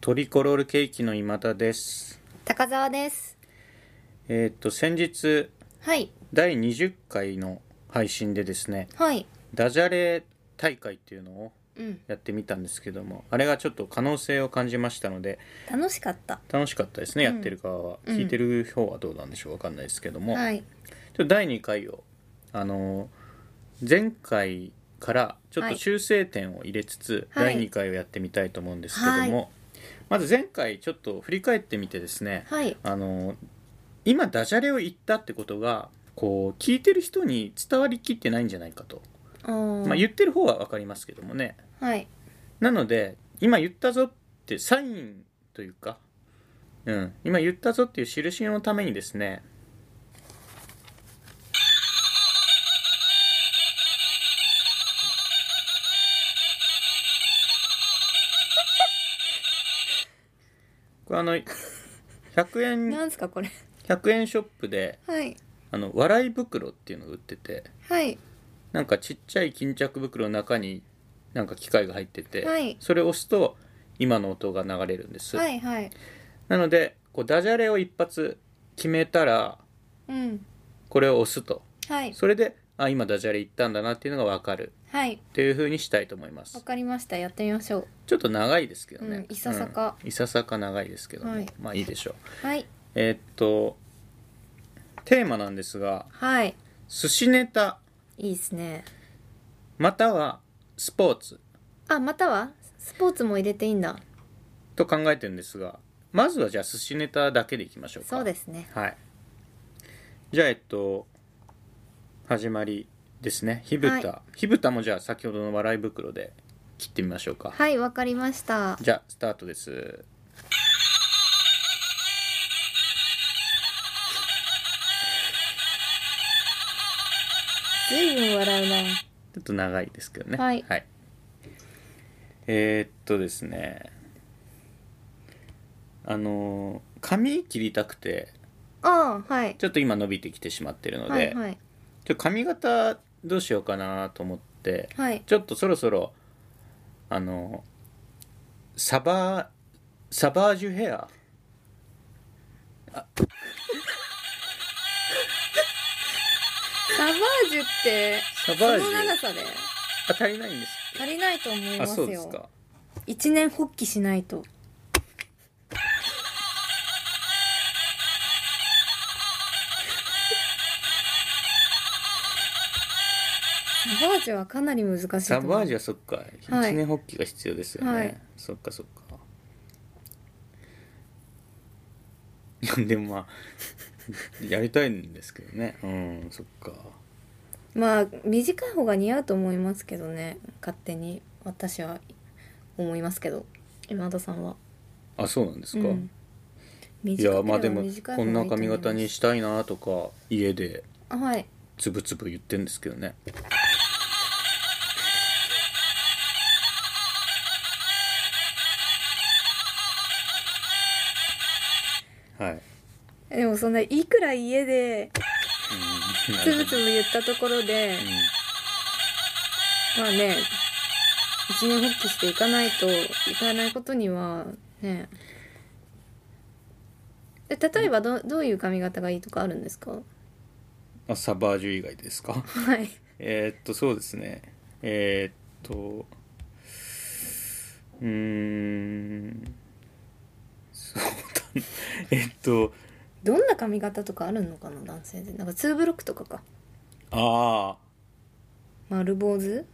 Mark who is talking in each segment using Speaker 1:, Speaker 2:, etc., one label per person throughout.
Speaker 1: トリコロールケーキの今田です。
Speaker 2: 高澤です。
Speaker 1: えーっと、先日、
Speaker 2: はい。
Speaker 1: 第20回の配信でですね、
Speaker 2: はい。
Speaker 1: ダジャレ大会っていうのを
Speaker 2: うん。
Speaker 1: やってみたんですけども、あれがちょっと可能性を感じましたので、
Speaker 2: 楽しかった。
Speaker 1: 楽しかったですね、
Speaker 2: ん
Speaker 1: やってる側は。
Speaker 2: うん
Speaker 1: 聞いてる方はどうなんでしょうわかんないですけども、
Speaker 2: はい。
Speaker 1: ちょっと第2回を、あのー前回からちょっ
Speaker 2: は
Speaker 1: と
Speaker 2: い
Speaker 1: 修正点を入れつつ、
Speaker 2: はい
Speaker 1: 第2回をやってみたいと思うんですけども、まず前回ちょっと振り返ってみてですね、
Speaker 2: はい。
Speaker 1: あの今ダジャレを言ったってことがこう聞いてる人に伝わりきってないんじゃないかと、
Speaker 2: あー
Speaker 1: まあ、言ってる方は分かりますけどもね
Speaker 2: はい。
Speaker 1: なので今言ったぞってサインというか、うん、今言ったぞっていう印のためにですねこれあの100円
Speaker 2: なんすかこれ。
Speaker 1: 100円ショップで
Speaker 2: はい。
Speaker 1: あの笑い袋っていうのを売ってて
Speaker 2: はい。
Speaker 1: なんかちっちゃい巾着袋の中になんか機械が入ってて、
Speaker 2: はい
Speaker 1: それを押すと今の音が流れるんです、
Speaker 2: はい。はい。
Speaker 1: なのでこうダジャレを一発決めたら
Speaker 2: うん。
Speaker 1: これを押すと
Speaker 2: はい。
Speaker 1: それであ今ダジャレ言ったんだなっていうのが分かる
Speaker 2: はい。
Speaker 1: っていう風にしたいと思いま
Speaker 2: わ
Speaker 1: す
Speaker 2: かりました。やってみましょう。
Speaker 1: ちょっと長いですけどね、
Speaker 2: うんいささか
Speaker 1: うんいささか長いですけども、
Speaker 2: はい
Speaker 1: まあいいでしょう
Speaker 2: はい。
Speaker 1: えーっとテーマなんですが
Speaker 2: はい。
Speaker 1: 寿司ネタ
Speaker 2: いいですね。
Speaker 1: またはスポーツ
Speaker 2: あ、またはスポーツも入れていいんだ。
Speaker 1: と考えてるんですがまずはじゃあ寿司ネタだけでいきましょうか
Speaker 2: そうですね。
Speaker 1: はいじゃあえっと始まりですね火
Speaker 2: は
Speaker 1: 蓋、
Speaker 2: い
Speaker 1: 火蓋もじゃあ先ほどの笑い袋で切ってみましょうか、
Speaker 2: はい、わかりました。
Speaker 1: じゃあスタートです
Speaker 2: ずいぶん笑うな。
Speaker 1: ちょっと長いですけどね
Speaker 2: はい
Speaker 1: えー、っとですねあの髪切りたくて
Speaker 2: あー、はい。
Speaker 1: ちょっと今伸びてきてしまってるので、
Speaker 2: はい。はい。
Speaker 1: ちょっと髪型どうしようかなと思って
Speaker 2: はい。
Speaker 1: ちょっとそろそろあのサバーサバージュヘア
Speaker 2: サバージュって、
Speaker 1: サ
Speaker 2: そ
Speaker 1: バージ
Speaker 2: の長
Speaker 1: ュ
Speaker 2: さで
Speaker 1: あ足りないんです
Speaker 2: 足りないと思い
Speaker 1: あ
Speaker 2: ます
Speaker 1: そうです
Speaker 2: よ。
Speaker 1: か
Speaker 2: 一年発起しないと。サバージュはかなり難しいと思う。
Speaker 1: サバージュ
Speaker 2: ュ
Speaker 1: はそっか一
Speaker 2: はい
Speaker 1: 年発起が必要ですよね、
Speaker 2: はい
Speaker 1: そっかそっかいやでもまあやりたいんですけどねうんそっか
Speaker 2: まあ短い方が似合うと思いますけどね。勝手に私は思いますけど、今田さんは。
Speaker 1: あそうなんです
Speaker 2: う
Speaker 1: か、
Speaker 2: ん、
Speaker 1: い
Speaker 2: 短けれ
Speaker 1: や
Speaker 2: ば
Speaker 1: まあでも
Speaker 2: 短い
Speaker 1: こ
Speaker 2: 方
Speaker 1: ん
Speaker 2: が
Speaker 1: ない
Speaker 2: いと思
Speaker 1: 髪
Speaker 2: います
Speaker 1: 型にしたいなとか家で
Speaker 2: あはい。
Speaker 1: つぶつぶ言ってんですけどねはい、うん
Speaker 2: でもそんないくら家でつぶつぶ言ったところで。まあね、一年発起していかないといかないことにはね。え例えばどどういう髪型がいいとかあるんですか
Speaker 1: うんあサバージュ以外ですか
Speaker 2: はい。
Speaker 1: えーっとそうですねえーっとうーんそうだなえっと
Speaker 2: どんな髪型とかあるのかな男性で。なんかツーブロックとかか。
Speaker 1: ああ
Speaker 2: 丸坊主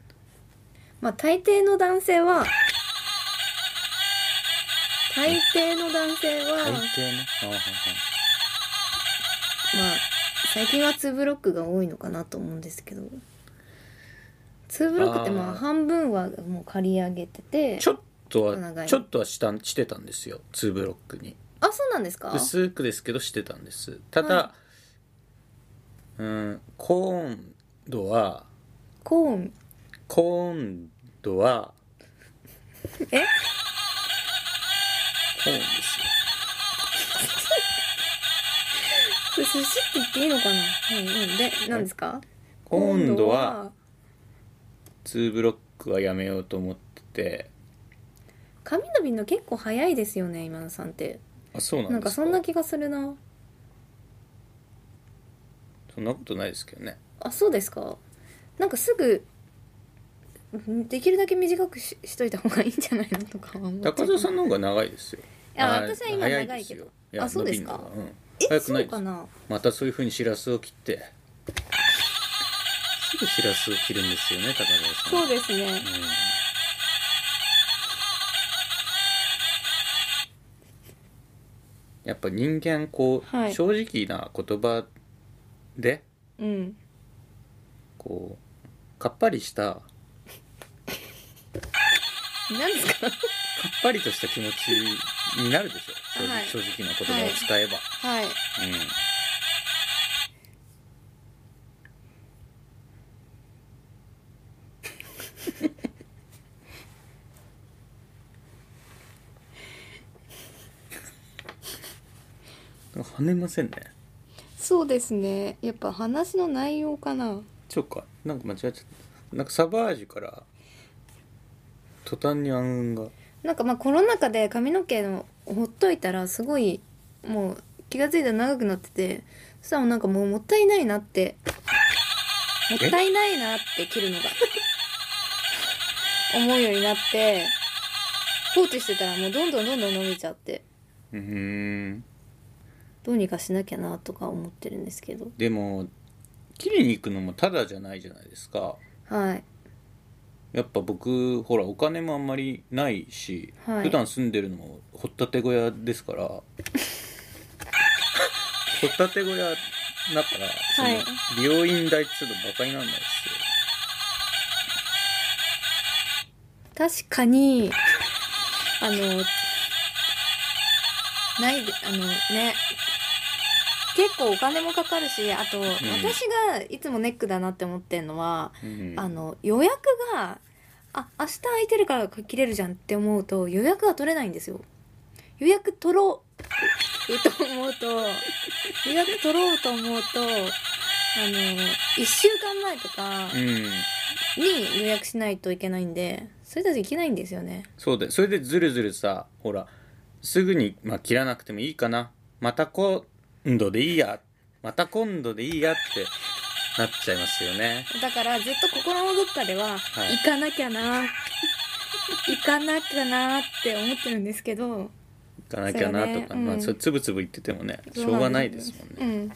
Speaker 2: まあ大抵の男性は、大抵の男性
Speaker 1: 大
Speaker 2: は、まあ
Speaker 1: 抵ねあーはいはい
Speaker 2: 最近はツーブロックが多いのかなと思うんですけど。ツーブロックってま
Speaker 1: あ
Speaker 2: あ
Speaker 1: ー
Speaker 2: 半分はもう刈り上げてて。
Speaker 1: ちょっと
Speaker 2: 長
Speaker 1: はいちょっとはしたしてたんですよ2ブロックに
Speaker 2: あ、そうなんですか。
Speaker 1: 薄くですけどしてたんですただ、
Speaker 2: は
Speaker 1: うん今度は
Speaker 2: コーン。
Speaker 1: 今度はコー
Speaker 2: え、
Speaker 1: ンですよ
Speaker 2: 寿司って言っていいのかな。うんうん、で、なんですか。
Speaker 1: 今度は2ブロックはやめようと思ってて
Speaker 2: 髪伸びるの結構早いですよね今田さんって
Speaker 1: あそう
Speaker 2: な
Speaker 1: なんん
Speaker 2: か
Speaker 1: です
Speaker 2: そ
Speaker 1: か
Speaker 2: んな気がするな
Speaker 1: そんなことないですけどね
Speaker 2: あそうですかなんかすぐんできるだけ短くししといた方がいいんじゃないのとかは思っちゃう
Speaker 1: 高田さんの方が長いですよ
Speaker 2: いや
Speaker 1: はい
Speaker 2: 私は今
Speaker 1: 早
Speaker 2: 長い
Speaker 1: です
Speaker 2: けど
Speaker 1: よいや
Speaker 2: あそうですか
Speaker 1: 伸びるのがうん
Speaker 2: え
Speaker 1: 早く
Speaker 2: そ
Speaker 1: な
Speaker 2: う
Speaker 1: いで
Speaker 2: か
Speaker 1: す
Speaker 2: な
Speaker 1: またそういうふうにしらすを切ってすぐしらすを切るんですよね高田さん
Speaker 2: そうですね
Speaker 1: うんやっぱ人間こう、
Speaker 2: はい
Speaker 1: 正直な言葉で
Speaker 2: うん
Speaker 1: こうかっぱりしたか
Speaker 2: 何ですか
Speaker 1: っぱりとした気持ちになるでしょ正直,、
Speaker 2: はい
Speaker 1: 正直な言葉を使えば、
Speaker 2: はい
Speaker 1: うん跳ねませんね
Speaker 2: そうですねやっぱ話の内容かな
Speaker 1: そうかなんか間違っちゃったなんかサバージュから途端に暗雲が
Speaker 2: なんかまあコロナ禍で髪の毛をほっといたらすごいもう気が付いたら長くなっててそしたらなんかもうもったいないなってもったいないなって切 るのが思うようになって放置してたらもうどんどんどんどん伸びちゃって
Speaker 1: うーん
Speaker 2: どうにかしなきゃなとか思ってるんですけど
Speaker 1: でも切りに行くのもタダじゃないじゃないですか
Speaker 2: はい
Speaker 1: やっぱ僕ほらお金もあんまりないし、
Speaker 2: はい
Speaker 1: 普段住んでるのも掘ったて小屋ですから掘ったて小屋だから、その
Speaker 2: はい
Speaker 1: 美容院代っつうのバカにならないですよ
Speaker 2: 確かにあのないであのね結構お金もかかるしあと、私がいつもネックだなって思ってるのは、
Speaker 1: うん
Speaker 2: あの予約があ明日空いてるから切れるじゃんって思うと予約が取れないんですよ予約取ろうと思うと 予約取ろうと思うとあの1週間前とか、
Speaker 1: うん
Speaker 2: に予約しないといけないんでそれだといけないんですよね
Speaker 1: そうだよそれでずるずるさほらすぐに、まあ、切らなくてもいいかなまた今度でいいやまた今度でいいやってなっちゃいますよね
Speaker 2: だからずっと心のどっかでは、
Speaker 1: はい
Speaker 2: 行かなきゃな行かなきゃなって思ってるんですけど
Speaker 1: 行かなきゃなとか、
Speaker 2: そうねうん
Speaker 1: まあそれつぶつぶ言っててもねし
Speaker 2: ど
Speaker 1: ょうがない
Speaker 2: ん
Speaker 1: ですもんね
Speaker 2: うん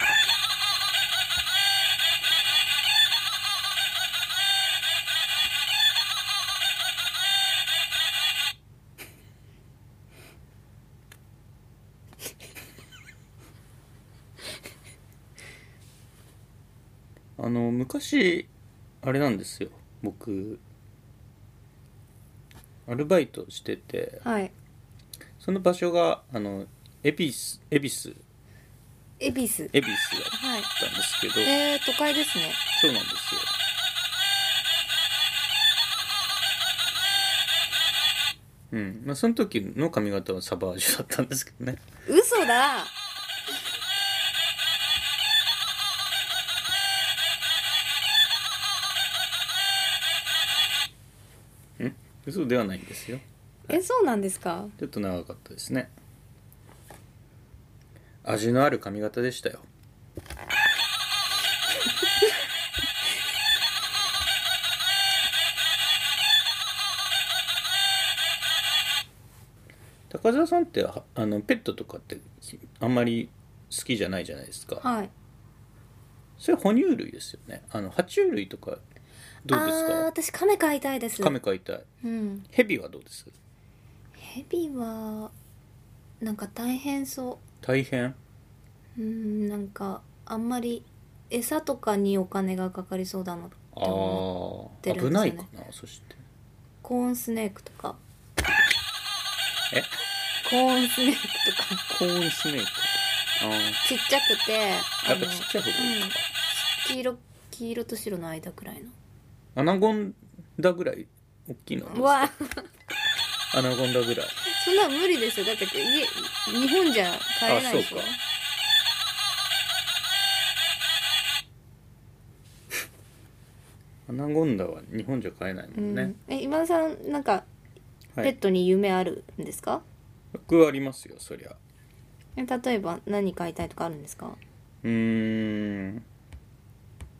Speaker 1: あの昔あれなんですよ僕アルバイトしてて
Speaker 2: はい
Speaker 1: その場所があの恵比寿恵比寿
Speaker 2: 恵比寿
Speaker 1: 恵比寿だっ
Speaker 2: はい
Speaker 1: たんですけど
Speaker 2: えー、都会ですね
Speaker 1: そうなんですようんまあその時の髪型はサバージュだったんですけどね
Speaker 2: 嘘だ
Speaker 1: うん嘘ではないんですよ
Speaker 2: えそうなんですか
Speaker 1: ちょっと長かったですね味のある髪型でしたよ 高澤さんってはあのペットとかってあんまり好きじゃないじゃないですか、
Speaker 2: はい
Speaker 1: それ哺乳類ですよねあの爬虫類とかどうです
Speaker 2: あー
Speaker 1: か
Speaker 2: 私亀飼いたいです
Speaker 1: 亀飼いたい
Speaker 2: うん
Speaker 1: ヘビはどうです
Speaker 2: ヘビはなんか大変そう
Speaker 1: 大変
Speaker 2: うーんなんかあんまり餌とかにお金がかかりそうだなって
Speaker 1: あ
Speaker 2: 思うて
Speaker 1: ー
Speaker 2: るんですよね
Speaker 1: 危ないかなそして
Speaker 2: コーンスネークとか
Speaker 1: え
Speaker 2: コーンスネークとか
Speaker 1: コーンスネークあ
Speaker 2: ちっちゃくて
Speaker 1: あや
Speaker 2: あ
Speaker 1: っ
Speaker 2: の
Speaker 1: ぱちっちゃい方がいいか、
Speaker 2: 黄色黄色と白の間くらいの
Speaker 1: アナゴンダぐらい大きいの
Speaker 2: うわ
Speaker 1: アナゴンダぐらい
Speaker 2: そんなの無理ですよだって家日本じゃ買えないでしょ
Speaker 1: あそうかアナゴンダは日本じゃ飼えないも
Speaker 2: うんん
Speaker 1: ね、
Speaker 2: え今田さんなんか
Speaker 1: はい
Speaker 2: ペットに夢あるんですか
Speaker 1: 僕はありますよそりゃ
Speaker 2: え例えば何飼いたいとかあるんですか
Speaker 1: うーん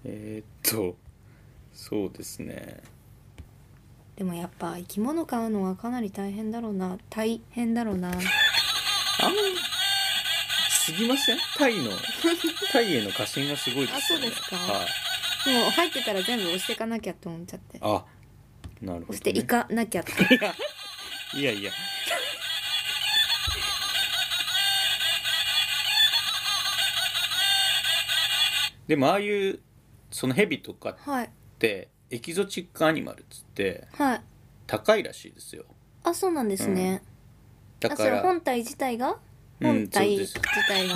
Speaker 1: えーっとそうですね
Speaker 2: でもやっぱ生き物飼うのはかなり大変だろうな大変だろうな
Speaker 1: あんすぎませんタ イのタイへの過信がすごいですよね
Speaker 2: あそうですか
Speaker 1: はい
Speaker 2: もう入ってたら全部押していかなきゃって思っちゃって
Speaker 1: あなるほど、ね、
Speaker 2: 押していかなきゃ って
Speaker 1: いやいやでもああいうそのヘビとかっ
Speaker 2: はい
Speaker 1: てエキゾチックアニマルっつって
Speaker 2: はい
Speaker 1: 高いらしいですよ
Speaker 2: あそうなんですね、
Speaker 1: だか
Speaker 2: あそれ
Speaker 1: ら
Speaker 2: 本体自体が
Speaker 1: うん
Speaker 2: 本体
Speaker 1: そうです
Speaker 2: 自 体が、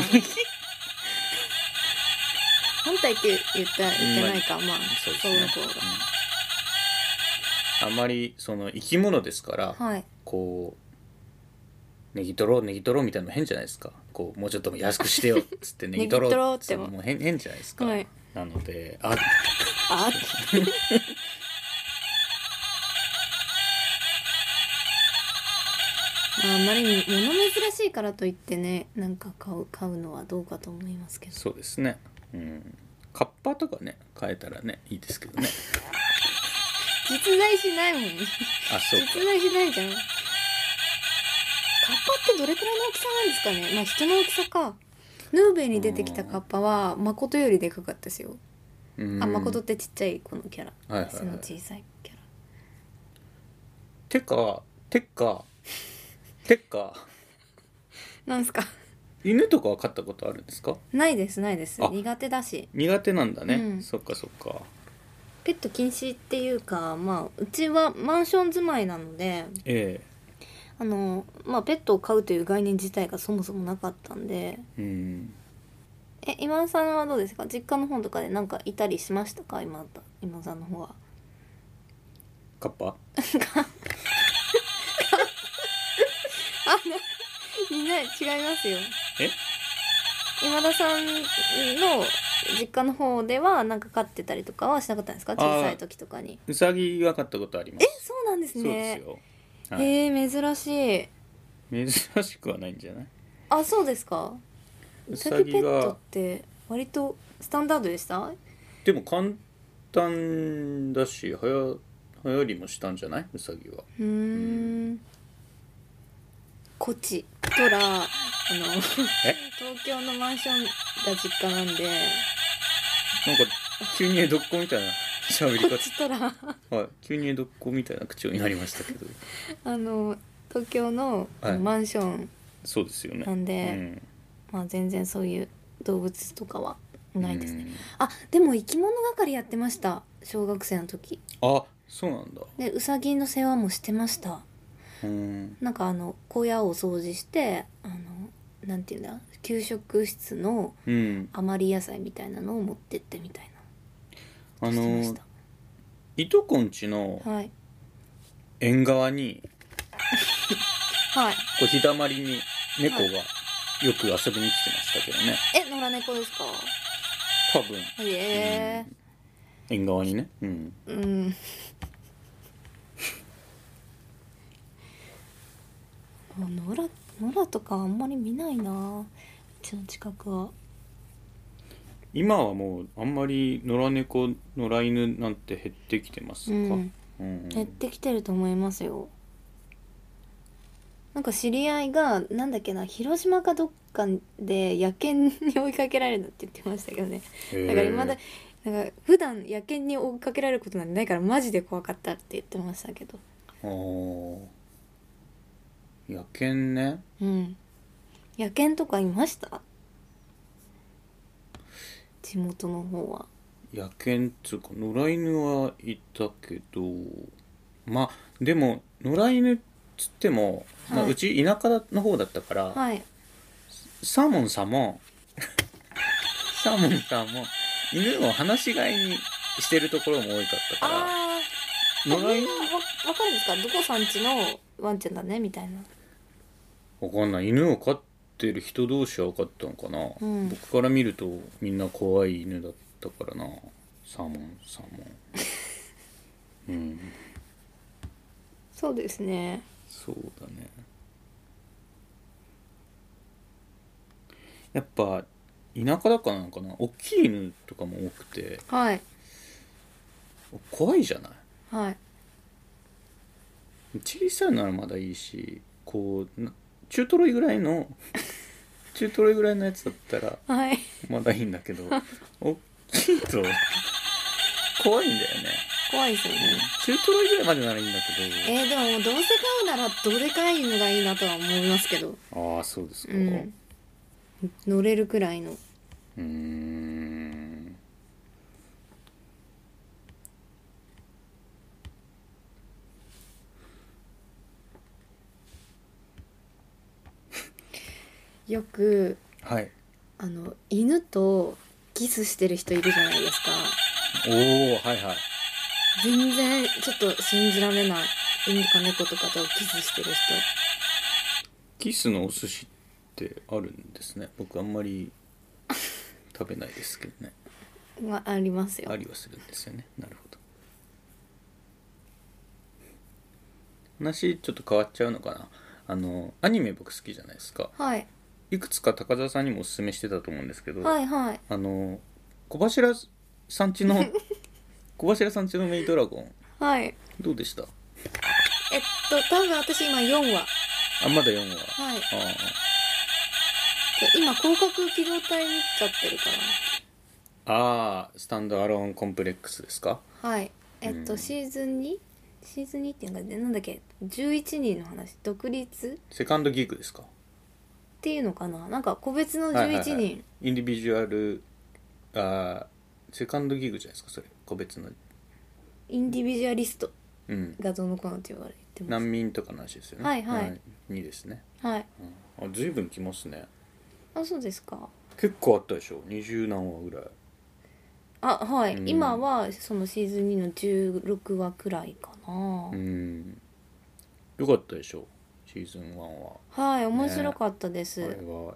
Speaker 2: 本体って言ったら言ってないか、まあ
Speaker 1: そうです
Speaker 2: そう
Speaker 1: ね
Speaker 2: の方が、
Speaker 1: うんあまりその生き物ですから、
Speaker 2: はい
Speaker 1: こうネギトロネギトロみたいなの変じゃないですかこうもうちょっと安くしてよっつって ネギトロ
Speaker 2: ネギトロっ
Speaker 1: つ
Speaker 2: て
Speaker 1: ってもう変変じゃないですか、
Speaker 2: はい
Speaker 1: なのであ
Speaker 2: あまああんまりに物珍しいからといってねなんか買う買うのはどうかと思いますけど
Speaker 1: そうですねうんカッパとかね変えたらねいいですけ どね
Speaker 2: 実在しないもん
Speaker 1: あそうか
Speaker 2: 実在しないじゃんカッパってどれくらいの大きさなんですかねまあ人の大きさかヌーベイに出てきたカッパは誠よりでかかったですよ
Speaker 1: うん
Speaker 2: あ誠ってちっちゃいこのキャラ
Speaker 1: はいはいはい
Speaker 2: 背の小さいキャラ
Speaker 1: てかてかてか
Speaker 2: なんすか
Speaker 1: 犬とかは飼ったことあるんですか
Speaker 2: ないですないです
Speaker 1: あ
Speaker 2: 苦手だし
Speaker 1: 苦手なんだね、
Speaker 2: うん
Speaker 1: そっかそっか
Speaker 2: ペット禁止っていうかまあうちはマンション住まいなので
Speaker 1: え
Speaker 2: あのまあペットを飼うという概念自体がそもそもなかったんで
Speaker 1: えうん
Speaker 2: え今田さんはどうですか実家の方とかでなんかいたりしましたか今田今田さんの方は
Speaker 1: カッパ
Speaker 2: みんな違いますよ
Speaker 1: え
Speaker 2: 今田さんの実家の方ではなんか飼ってたりとかはしなかったんですか
Speaker 1: あー
Speaker 2: 小さい時とかに
Speaker 1: うさぎは飼ったことありま
Speaker 2: え
Speaker 1: す
Speaker 2: そうなんです
Speaker 1: そうです
Speaker 2: ね
Speaker 1: よ、
Speaker 2: へ
Speaker 1: はい
Speaker 2: え珍しい
Speaker 1: 珍しくはないんじゃない
Speaker 2: あそうですかう
Speaker 1: う
Speaker 2: さ
Speaker 1: さ
Speaker 2: ぎペ
Speaker 1: ぎ
Speaker 2: ットっ
Speaker 1: が
Speaker 2: て割とスタンダードでした
Speaker 1: でも簡単だしはや流行りもしたんじゃないうさぎは
Speaker 2: うーんこっちトラあの
Speaker 1: え
Speaker 2: 東京のマンションが実家なんで
Speaker 1: なんか急に江戸っ子みたいな喋り
Speaker 2: こっち
Speaker 1: 方
Speaker 2: トラ
Speaker 1: はい急に江戸っ子みたいな口調になりましたけど
Speaker 2: あの東京のあの
Speaker 1: はい
Speaker 2: マンション
Speaker 1: そうですよね
Speaker 2: なんで、
Speaker 1: うん
Speaker 2: まあ全然そういう動物とかはないです
Speaker 1: う
Speaker 2: ね、
Speaker 1: ん
Speaker 2: あでも生き物係やってました小学生の時
Speaker 1: あそうなんだ
Speaker 2: でうさぎの世話もしてました
Speaker 1: うん
Speaker 2: なんかあの小屋を掃除してあのなんていうんだ給食室の
Speaker 1: うん
Speaker 2: 余り野菜みたいなのを持ってってみたい
Speaker 1: あ
Speaker 2: なしてまし
Speaker 1: の
Speaker 2: た
Speaker 1: いとこんちの
Speaker 2: はい
Speaker 1: 縁側に
Speaker 2: はい
Speaker 1: こう日だまりに猫がよく遊びに来てましたけどね
Speaker 2: え野良猫ですか
Speaker 1: 多分
Speaker 2: え
Speaker 1: 縁側にねうん
Speaker 2: えうん野良野良とかあんまり見ないなうちの近くは
Speaker 1: 今はもうあんまり野良猫野良犬なんて減ってきてます
Speaker 2: う
Speaker 1: か、
Speaker 2: ん
Speaker 1: うん
Speaker 2: 減ってきてると思いますよなんか知り合いがなんだっけな広島かどっかで野犬に追いかけられるって言ってましたけどね
Speaker 1: へー
Speaker 2: だから今だなんか普段野犬に追いかけられることなんてないからマジで怖かったって言ってましたけど
Speaker 1: あー野犬ね
Speaker 2: うん野犬とかいました地元の方は
Speaker 1: 野犬っつうか野良犬はいたけどまあでも野良犬っつっても、まあ、
Speaker 2: はいう
Speaker 1: ち田舎の方だったから、
Speaker 2: はい
Speaker 1: サーモンさんも サーモンさんも犬を放し飼いにしてるところも多かったから
Speaker 2: ああみんな
Speaker 1: 野
Speaker 2: わ
Speaker 1: 良犬
Speaker 2: わかるんですかどこさんちのワンちゃんだねみたいな
Speaker 1: わかんない犬を飼ってる人同士は分かったのかな、
Speaker 2: うん
Speaker 1: 僕から見るとみんな怖い犬だったからなサーモン サーモンうん
Speaker 2: そうですね
Speaker 1: そうだねやっぱ田舎だからなのかな大きい犬とかも多くて
Speaker 2: はい
Speaker 1: 怖いじゃない
Speaker 2: はい
Speaker 1: 小さいならまだいいしこうな中トロいぐらいの 中トロいぐらいのやつだったら
Speaker 2: はい
Speaker 1: まだいいんだ けど大きいと怖いんだよね
Speaker 2: 怖いですよね
Speaker 1: 中トロいぐらいまでならいいんだけ
Speaker 2: えー、でももうどうせ飼うならどでかい犬がいいなとは思いますけど
Speaker 1: どああそうですか
Speaker 2: う
Speaker 1: うん
Speaker 2: 乗れるくらいの
Speaker 1: ーん
Speaker 2: よく
Speaker 1: はい
Speaker 2: あの犬とキスしてる人いるじゃないですか
Speaker 1: おおはいはい
Speaker 2: 全然ちょっと信じられない犬とか猫とかとキスしてる人
Speaker 1: キスのお寿司ってあるんですね僕あんまり食べないですけどね
Speaker 2: がありますよ
Speaker 1: ありはするんですよねなるほど話ちょっと変わっちゃうのかなあのアニメ僕好きじゃないですか
Speaker 2: はい
Speaker 1: いくつか高澤さんにもおすすめしてたと思うんですけど、
Speaker 2: はいはい
Speaker 1: あの小柱さんち の小柱さんちのメイドラゴン
Speaker 2: はい
Speaker 1: どうでした
Speaker 2: えっと多分私今4話
Speaker 1: あまだ4話あ
Speaker 2: はい
Speaker 1: あ
Speaker 2: 今広角機動隊見ちゃってるから
Speaker 1: ああスタンドアローンコンプレックスですか
Speaker 2: はいえっと、
Speaker 1: うん
Speaker 2: シーズン 2? シーズン2っていうかでなんだっけ11人の話独立
Speaker 1: セカンドギークですか
Speaker 2: っていうのかななんか個別の11人、
Speaker 1: はいはいはいインディビジュアルあーセカンドギークじゃないですかそれ個別の
Speaker 2: インディビジュアリスト
Speaker 1: うん
Speaker 2: がどうのこうのって言われてます
Speaker 1: 難民とかの話ですよね
Speaker 2: はいはい
Speaker 1: にですね、
Speaker 2: はい
Speaker 1: うん、あ随分来ますね
Speaker 2: あそうですか
Speaker 1: 結構あったでしょ二十何話ぐらい
Speaker 2: あはい、
Speaker 1: うん
Speaker 2: 今はそのシーズン2の16話くらいかな、
Speaker 1: うんよかったでしょシーズン1は
Speaker 2: はい面白かったです、
Speaker 1: あれは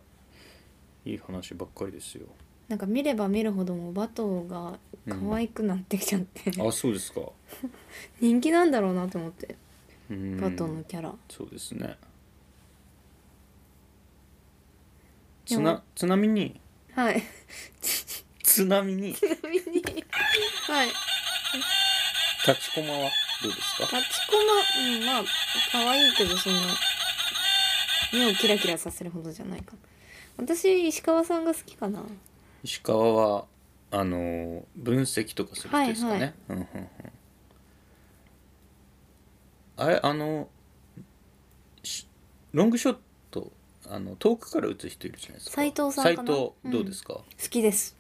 Speaker 1: いい話ばっかりですよ
Speaker 2: なんか見れば見るほどもバトーが可愛くなってきちゃって、
Speaker 1: あそうですか
Speaker 2: 人気なんだろうなと思って
Speaker 1: うん
Speaker 2: バトーのキャラ、
Speaker 1: そうですね
Speaker 2: で
Speaker 1: つ
Speaker 2: も
Speaker 1: なちなみに
Speaker 2: はい
Speaker 1: ちなみに立
Speaker 2: ちなみにはい
Speaker 1: ちこまはどうですか
Speaker 2: 立ちこまうんまあ可愛いけどそんな目をキラキラさせるほどじゃないか私石川さんが好きかな
Speaker 1: 石川はあのー分析とかする人ですかね、
Speaker 2: はいはい
Speaker 1: うんうんうんあれあのしロングショットあの遠くから打つ人いるじゃないですか
Speaker 2: 斉藤さんかな
Speaker 1: 斉
Speaker 2: うん
Speaker 1: 藤どうですか、
Speaker 2: 好きです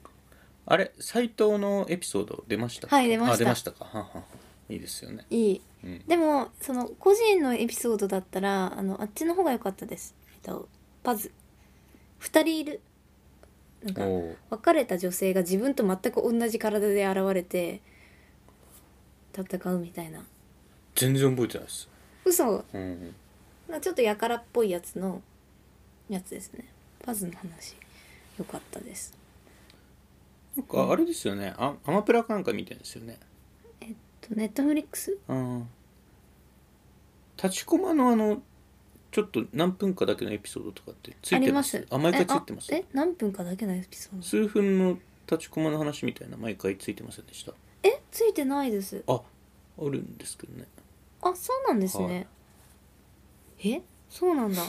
Speaker 1: あれ斉藤のエピソード出ました
Speaker 2: はい出ました
Speaker 1: あ出ましたかはんはんいいですよね、
Speaker 2: いい
Speaker 1: うん、
Speaker 2: でもその個人のエピソードだったらあのあっちの方が良かったです、えっと、パズ2人いるなんか
Speaker 1: おー
Speaker 2: 別れた女性が自分と全く同じ体で現れて戦うみたいな
Speaker 1: 全然覚えてないです、
Speaker 2: 嘘
Speaker 1: うん、
Speaker 2: なんかちょっとやからっぽいやつのやつですねパズの話良かったです
Speaker 1: なんかあれですよねあアマプラかなんか見てるんですよね
Speaker 2: とネットフリックス
Speaker 1: うん立ちこまのあのちょっと何分かだけのエピソードとかってつ
Speaker 2: あ
Speaker 1: い
Speaker 2: り
Speaker 1: て
Speaker 2: ま
Speaker 1: ますすあ毎回ついてます
Speaker 2: えあえ何分かだけのエピソード
Speaker 1: 数分の立ちこまの話みたいな毎回ついてませんでした
Speaker 2: えついてないです
Speaker 1: ああるんですけどね
Speaker 2: あそうなんですね、えそうなんだ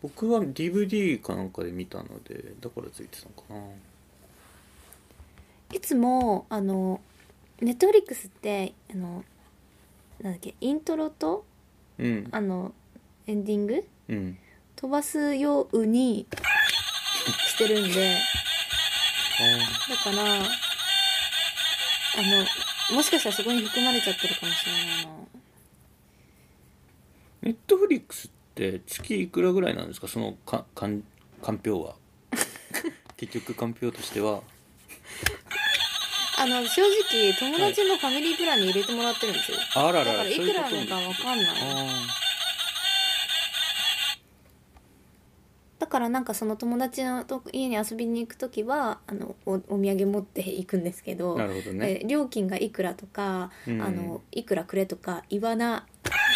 Speaker 1: 僕は DVD かなんかで見たのでだからついてたのかない
Speaker 2: つもあのネットフリックスってあのなんだっけイントロと
Speaker 1: うん
Speaker 2: あのエンディング
Speaker 1: うん
Speaker 2: 飛ばすようにしてるんで
Speaker 1: あ
Speaker 2: だからあのもしかしたらそこに含まれちゃってるかもしれないな
Speaker 1: ネットフリックスって月いくらぐらいなんですかそのかかんかんぴ ょうは結局かんぴょうとしては
Speaker 2: あの正直友達のファミリープランに入れてもらってるんですよ、
Speaker 1: あら
Speaker 2: だからい
Speaker 1: そう
Speaker 2: く
Speaker 1: うこ
Speaker 2: ら
Speaker 1: と
Speaker 2: のかわかんない
Speaker 1: あ
Speaker 2: だからなんかその友達のと家に遊びに行く時はあのおお土産持って行くんですけど
Speaker 1: ーなるほどね
Speaker 2: え料金がいくらとか、
Speaker 1: うん
Speaker 2: あのいくらくれとか言わな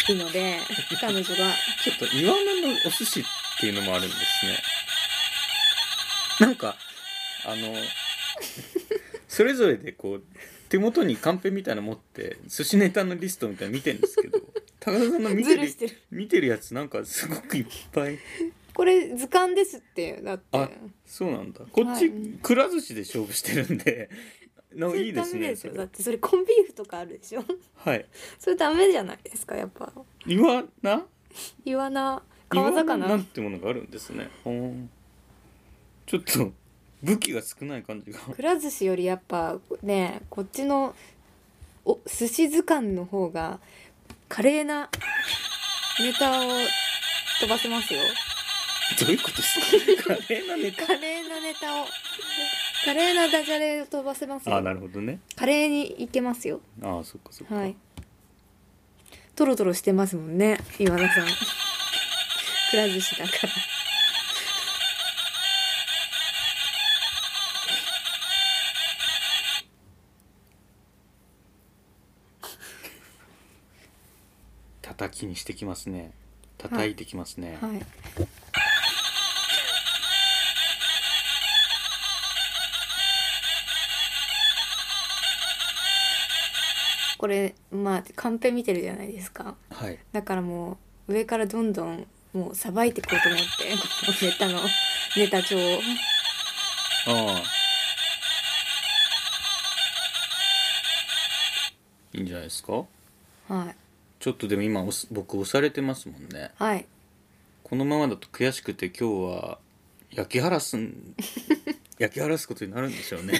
Speaker 2: い ので彼女が
Speaker 1: ちょっとイワナのお寿司っていうのもあるんですねなんかあのそれぞれでこう手元にカンペみたいなの持って寿司ネタのリストみたいなの見てるんです けど高田さんの見て
Speaker 2: ズル
Speaker 1: る
Speaker 2: してる
Speaker 1: 見てるやつなんかすごくいっぱい
Speaker 2: これ図鑑ですってだって
Speaker 1: あそうなんだこっち、
Speaker 2: はい
Speaker 1: くら寿司で勝負してるんでの
Speaker 2: それ
Speaker 1: いいです
Speaker 2: ダメ
Speaker 1: ね
Speaker 2: よ
Speaker 1: そ
Speaker 2: だ
Speaker 1: れ
Speaker 2: ってそれコンビーフとかあるでしょ
Speaker 1: はい
Speaker 2: それダメじゃないですかやっぱ
Speaker 1: イワナ
Speaker 2: イワナ
Speaker 1: イワ
Speaker 2: 川
Speaker 1: ナな
Speaker 2: 魚
Speaker 1: んてものがあるんですねほーんちょっと武器が少ない感じが
Speaker 2: くら寿司よりやっぱねこっちのお寿司図鑑の方が華麗なネタを飛ばせますよ
Speaker 1: どういうことです か華麗なネ
Speaker 2: 華麗なネタを華麗なダジャレを飛ばせます
Speaker 1: タあ
Speaker 2: よ
Speaker 1: なるほどね
Speaker 2: 華麗にいけますよ
Speaker 1: ああそっかそっか、
Speaker 2: はいトロトロしてますもんね今田さんくら寿司だから
Speaker 1: 叩きにしてきますね叩いてきますね、
Speaker 2: はい。これまあカンペ見てるじゃないですか
Speaker 1: はい、
Speaker 2: だからもう上からどんどんもうさばいていこうと思って このネタのネタ帳を
Speaker 1: ああいいんじゃないですか
Speaker 2: はい
Speaker 1: ちょっとでも今押す僕押されてますもんね
Speaker 2: はい
Speaker 1: このままだと悔しくて今日は焼き払す ん焼き晴らすことになるんでしょうね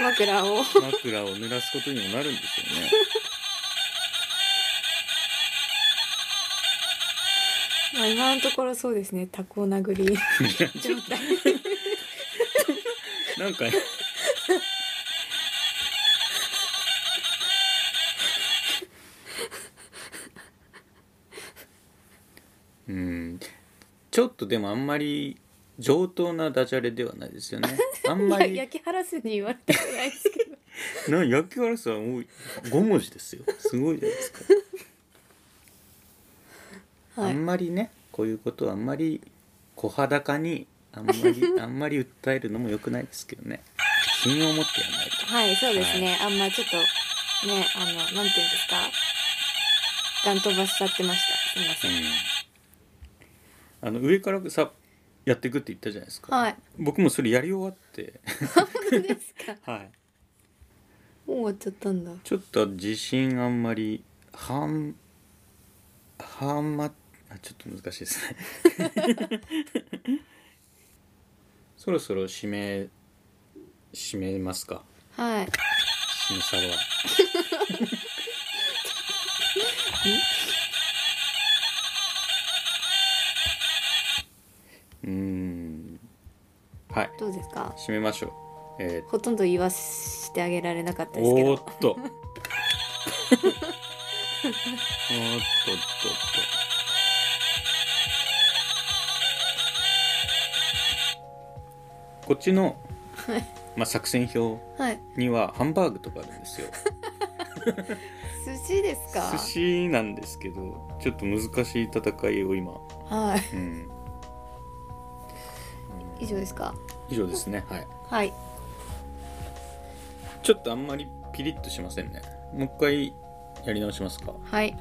Speaker 2: 枕を
Speaker 1: 枕を濡らすことにもなるんでしょうね
Speaker 2: まあ今のところそうですねタコを殴り 状態
Speaker 1: なんかうんちょっとでもあんまり上等なダジャレではないです よねあんま
Speaker 2: いや
Speaker 1: り
Speaker 2: 焼き晴らすに言われたくないですけど
Speaker 1: な焼きガラスはもう5文字ですよすごいじゃないですか、
Speaker 2: はい
Speaker 1: あんまりねこういうことはあんまり小裸にあんまりあんまり訴えるのも良くないですけどね品を持ってやらないと
Speaker 2: はい、そうですね。あんまちょっと、ね、あの、なんていうんですか。ガン飛ばしちゃってました。すいません。
Speaker 1: あの上からさやっていくって言ったじゃないですか、
Speaker 2: はい。
Speaker 1: 僕もそれやり終わって、
Speaker 2: そうですか。
Speaker 1: はい、
Speaker 2: もう終わっちゃったんだ。
Speaker 1: ちょっと自信あんまり半半まあちょっと難しい ですねそろそろ締め締めますか
Speaker 2: はい。
Speaker 1: 締めサロはうーんはい
Speaker 2: どうですか。
Speaker 1: 締めましょうえー、
Speaker 2: ほとんど言わしてあげられなかったですけ
Speaker 1: おーっと
Speaker 2: ど。
Speaker 1: おーっとっとっとこっちの、
Speaker 2: はい
Speaker 1: まあ、作戦表
Speaker 2: はい。
Speaker 1: にはハンバーグとかあるんですよ
Speaker 2: 寿司ですか。
Speaker 1: 寿司なんですけどちょっと難しい戦いを今、
Speaker 2: は
Speaker 1: うん、
Speaker 2: い。以上ですか。
Speaker 1: 以上ですねはい
Speaker 2: はい。
Speaker 1: ちょっとあんまりピリッとしませんねもう一回やり直しますか
Speaker 2: はい。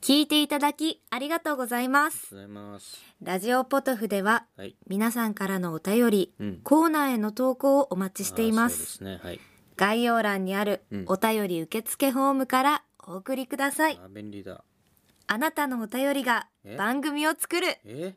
Speaker 2: 聞いていただきありがとうございま
Speaker 1: あ
Speaker 2: す。
Speaker 1: りがとうございます
Speaker 2: ラジオポトフでは
Speaker 1: はい
Speaker 2: 皆さんからのお便り、
Speaker 1: うん
Speaker 2: コーナーへの投稿をお待ちしていま。
Speaker 1: あーそうですすねはい
Speaker 2: 概要欄にある
Speaker 1: うん
Speaker 2: お便り受付フォームからお送りください。
Speaker 1: あー便利だ
Speaker 2: あなたのお便りが
Speaker 1: え
Speaker 2: 番組を作る。
Speaker 1: え